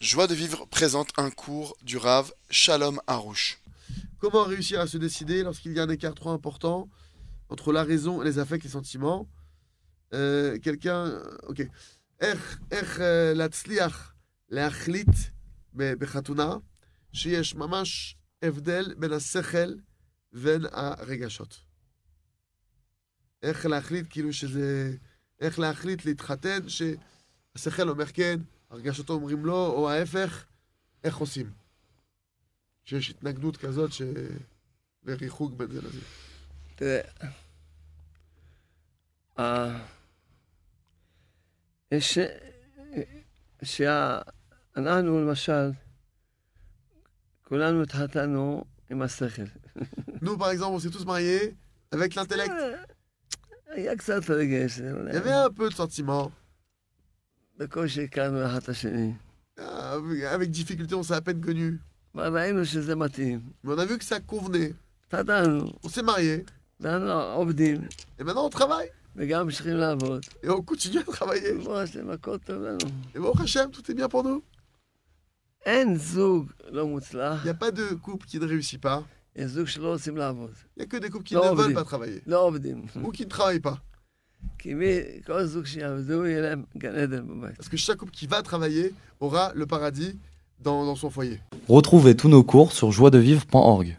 Joie de vivre présente un cours du Rave Shalom Harouche. Comment réussir à se décider lorsqu'il y a un écart trop important entre la raison et les affects et sentiments Euh, Quelqu'un. Ok. איך, איך אה, להצליח להחליט ב- בחתונה שיש ממש הבדל בין השכל ובין הרגשות. איך להחליט, כאילו שזה... איך להחליט להתחתן שהשכל אומר כן, הרגשתו אומרים לא, או ההפך, איך עושים. שיש התנגדות כזאת ש... וריחוק בין זה לזה. תראה, ה- יש... שאנחנו, למשל, כולנו התחתנו עם השכל. Nous, par exemple, on s'est tous mariés avec l'intellect. היה קצת רגש, Il y avait un peu de sentiment. בקושי הכרנו אחד את השני. Euh, Avec difficulté, on s'est à peine connus. כבר ראינו שזה מתאים. Mais on a vu que ça convenait. התחתנו, On s'est mariés. ואנחנו עובדים, Et maintenant, on travaille. וגם ממשיכים לעבוד. Et on continue à travailler. בוא, השם, הכל טוב לנו. Et bon, Hachem, tout est bien pour nous. אין זוג לא מוצלח, Il n'y a pas de couple qui ne réussit pas. יש זוג שלא רוצים לעבוד. Il n'y a que des couples qui Non, ne veulent mais- pas travailler. לא עובדים. Ou qui ne travaillent pas. כי מי, כל זוג שיעבדו, יהיה להם גן עדן בבית. Parce que chaque couple qui va travailler aura le paradis dans, dans son foyer. Retrouvez tous nos cours sur joiedevivre.org.